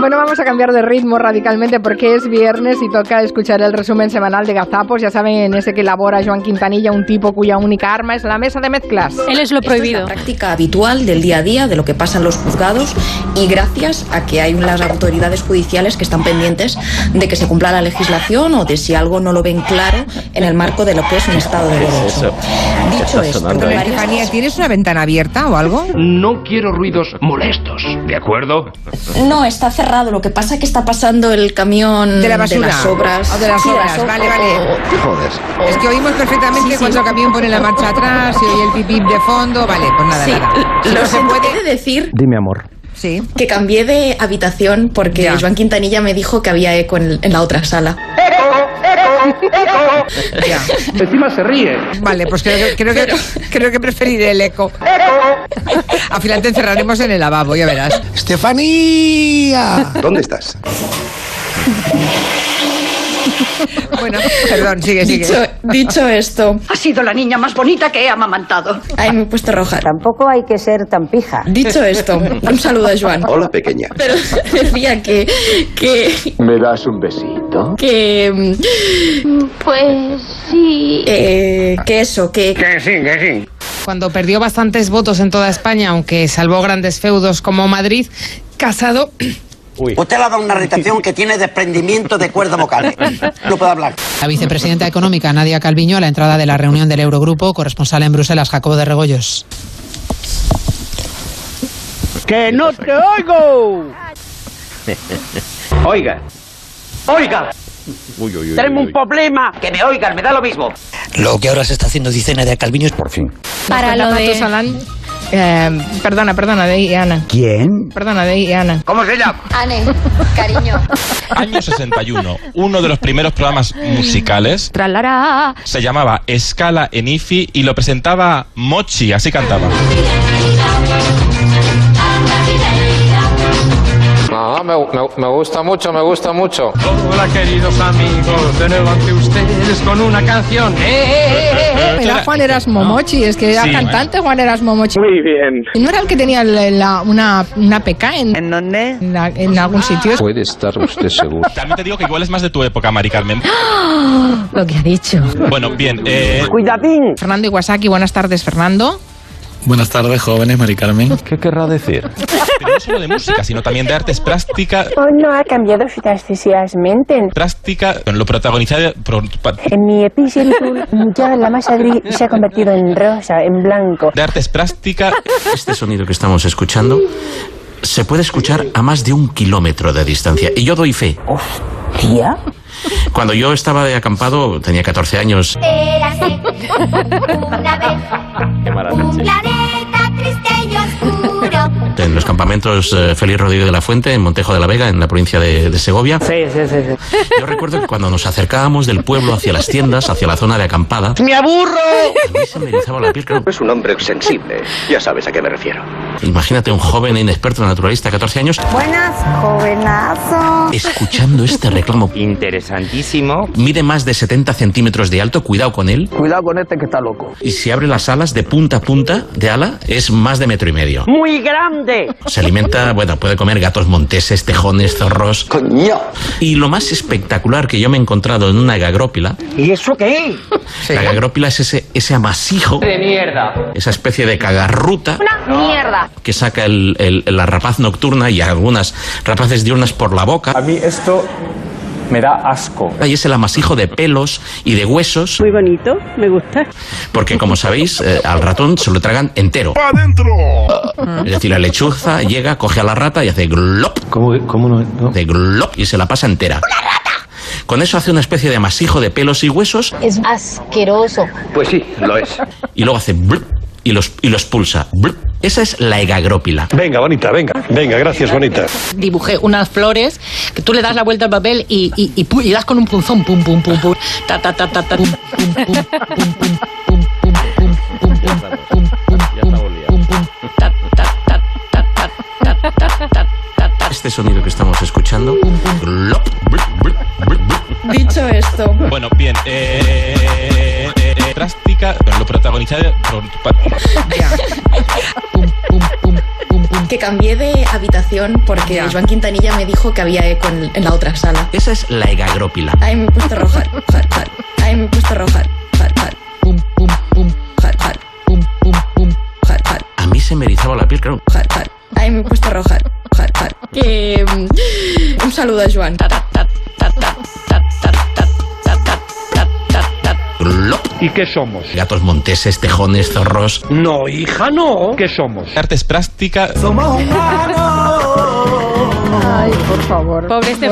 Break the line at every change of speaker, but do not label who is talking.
Bueno, vamos a cambiar de ritmo radicalmente porque es viernes y toca escuchar el resumen semanal de Gazapos. Ya saben, ese que elabora Joan Quintanilla, un tipo cuya única arma es la mesa de mezclas.
Él es lo prohibido.
Esto es la práctica habitual del día a día de lo que pasa en los juzgados y gracias a que hay unas autoridades judiciales que están pendientes de que se cumpla la legislación o de si algo no lo ven claro en el marco de lo que es un Estado de Derecho. Dicho esto, varias-
Estefanía, ¿tienes una ventana abierta o algo?
No quiero ruidos molestos, ¿de acuerdo?
No, está cerrado. Lo que pasa es que está pasando el camión
De la basura.
las obras.
O de las
Sí,
obras,
ob-
vale, vale.
Joder.
Es que oímos perfectamente
Sí, sí.
cuando el camión pone la marcha atrás y oye el pipip de fondo. Vale, pues nada,
Sí,
nada. Si
lo
no se
siento,
puede,
he de decir
Dime, amor.
sí.
que cambié de habitación porque
Ya.
Joan Quintanilla me dijo que había eco en, en la otra sala.
Ya.
Encima se ríe.
Vale, pues creo que, creo, que, creo que preferiré el eco. Al final te encerraremos en el lavabo, ya verás.
¡Estefanía! ¿Dónde estás?
Bueno, perdón, sigue, sigue.
Dicho, dicho esto,
Ha sido la niña más bonita que he amamantado.
ay, me he puesto roja.
Tampoco hay que ser tan pija.
Dicho esto, un saludo a Joan.
Hola, pequeña.
Pero decía que, que,
¿Me das un besito?
que, mm,
Pues sí.
eh, que eso, que
Cuando perdió bastantes votos en toda España, aunque salvó grandes feudos como Madrid, Casado
Usted le ha dado una irritación que tiene desprendimiento de cuerdas vocales. No puede hablar.
La vicepresidenta económica Nadia Calviño a la entrada de la reunión del Eurogrupo, corresponsal en Bruselas, Jacobo de Regoyos.
¡Que no te oigo! Oiga. Oiga. Tenemos un problema. Que me oigan, me da lo mismo.
Lo que ahora se está haciendo, dice Nadia Calviño, es por fin.
Para lo de
Matusalán, eh, perdona, perdona, de ahí, Ana.
¿Quién?
Perdona, de ahí, Ana.
¿Cómo se llama?
Ane, cariño.
Año 61, uno de los primeros programas musicales
Tralará.
se llamaba Escala en IFI y lo presentaba Mochi, así cantaba.
Eh,
No, Ah, me, gusta mucho, me gusta mucho. Hola, queridos amigos. De nuevo ante ustedes con una canción.
eh,
Era Juan Erasmo Mochi, es que era
Sí.
cantante Juan Erasmo Mochi.
Muy bien.
¿No era el que tenía la- la- una, una peca en,
¿En dónde?
en la- en algún sitio?
Puede estar usted seguro.
También te digo que igual es más de tu época, Mari Carmen.
lo que ha dicho.
Bueno, bien, eh,
¡Cuidadín!
Fernando Iwasaki, buenas tardes, Fernando.
Buenas tardes, jóvenes, Mari Carmen.
¿Qué querrá decir?
pero no solo de música, sino también de artes plásticas.
Oh, no ha cambiado sustancialmente.
Plástica, lo protagonizado por- pa-
En mi epicentrum, ya la masa gris se ha convertido en rosa, en blanco.
de artes plásticas
Este sonido que estamos escuchando se puede escuchar a más de un kilómetro de distancia. Y yo doy fe. ¿Hostia? Cuando yo estaba de acampado, tenía 14 años.
Érase una vez un planeta triste y oscuro.
En los campamentos eh, Félix Rodríguez de la Fuente, en Montejo de la Vega, en la provincia de, de Segovia.
Sí, sí, sí.
Yo recuerdo que cuando nos acercábamos del pueblo hacia las tiendas, hacia la zona de acampada,
¡Me aburro!
a mí se me erizaba la piel. claro.
Es un hombre sensible. Ya sabes a qué me refiero.
Imagínate un joven e inexperto naturalista, 14 años,
Buenas, jovenazo.
escuchando este reclamo.
Interesantísimo.
Mide más de 70 centímetros de alto, cuidado con él.
Cuidado con este que está loco.
Y si abre las alas de punta a punta de ala, es más de metro y medio.
¡Muy grande!
Se alimenta, bueno, puede comer gatos monteses, tejones, zorros.
¡Coño!
Y lo más espectacular que yo me he encontrado en una gagrópila,
¿Y eso qué?
la gagrópila es ese, ese amasijo,
De mierda.
esa especie de cagarruta
Mierda.
que saca el, el- la rapaz nocturna y algunas rapaces diurnas por la boca.
mí esto me da asco.
Ahí es el amasijo de pelos y de huesos. Muy bonito, me gusta. Porque como sabéis, eh, al ratón se lo tragan entero. Es decir, la lechuza llega, coge a la rata y hace glop,
¿Cómo, cómo no, no?
de glop y se la pasa entera. Con eso hace una especie de amasijo de pelos y huesos
Es asqueroso.
Pues sí, lo es.
y luego hace blup y los, y los pulsa. Blup. Esa es la egagrópila.
Venga, bonita, venga. Venga, gracias, bonita.
Dibujé unas flores que tú le das la vuelta al papel y, y, y, pu- y das con un punzón. Pum, pum, pum, pum. Ta, ta, ta, ta, ta. Pum, pum, pum, pum, pum, pum, pum, pum, pum, pum, pum, pum, pum, pum. Ta, ta, ta, ta, ta, ta, ta, ta, ta, ta.
Este sonido que estamos escuchando. glop, blup, blup, blup, blup.
dicho esto,
Bueno, bien, eh, eh, eh, eh, plástica, lo protagonizado por- pa-
Pum, pum, pum, pum, pum,
que cambié de habitación porque Joan Quintanilla me dijo que había eco en, en la otra sala.
Esa es la egagrópila.
Ay, me he puesto roja. jar, jar. Ay, me he puesto roja. jar, jar. Jar, jar. Jar, jar.
A mí se me erizaba la piel, claro.
Jar, jar. Ay, me he puesto roja. jar, jar. Que, mm, un saludo a Joan.
¿Y qué somos? Gatos monteses, tejones, zorros. No, hija, no. ¿Qué somos?
Artes plásticas.
Ay, por favor.
este
Pobre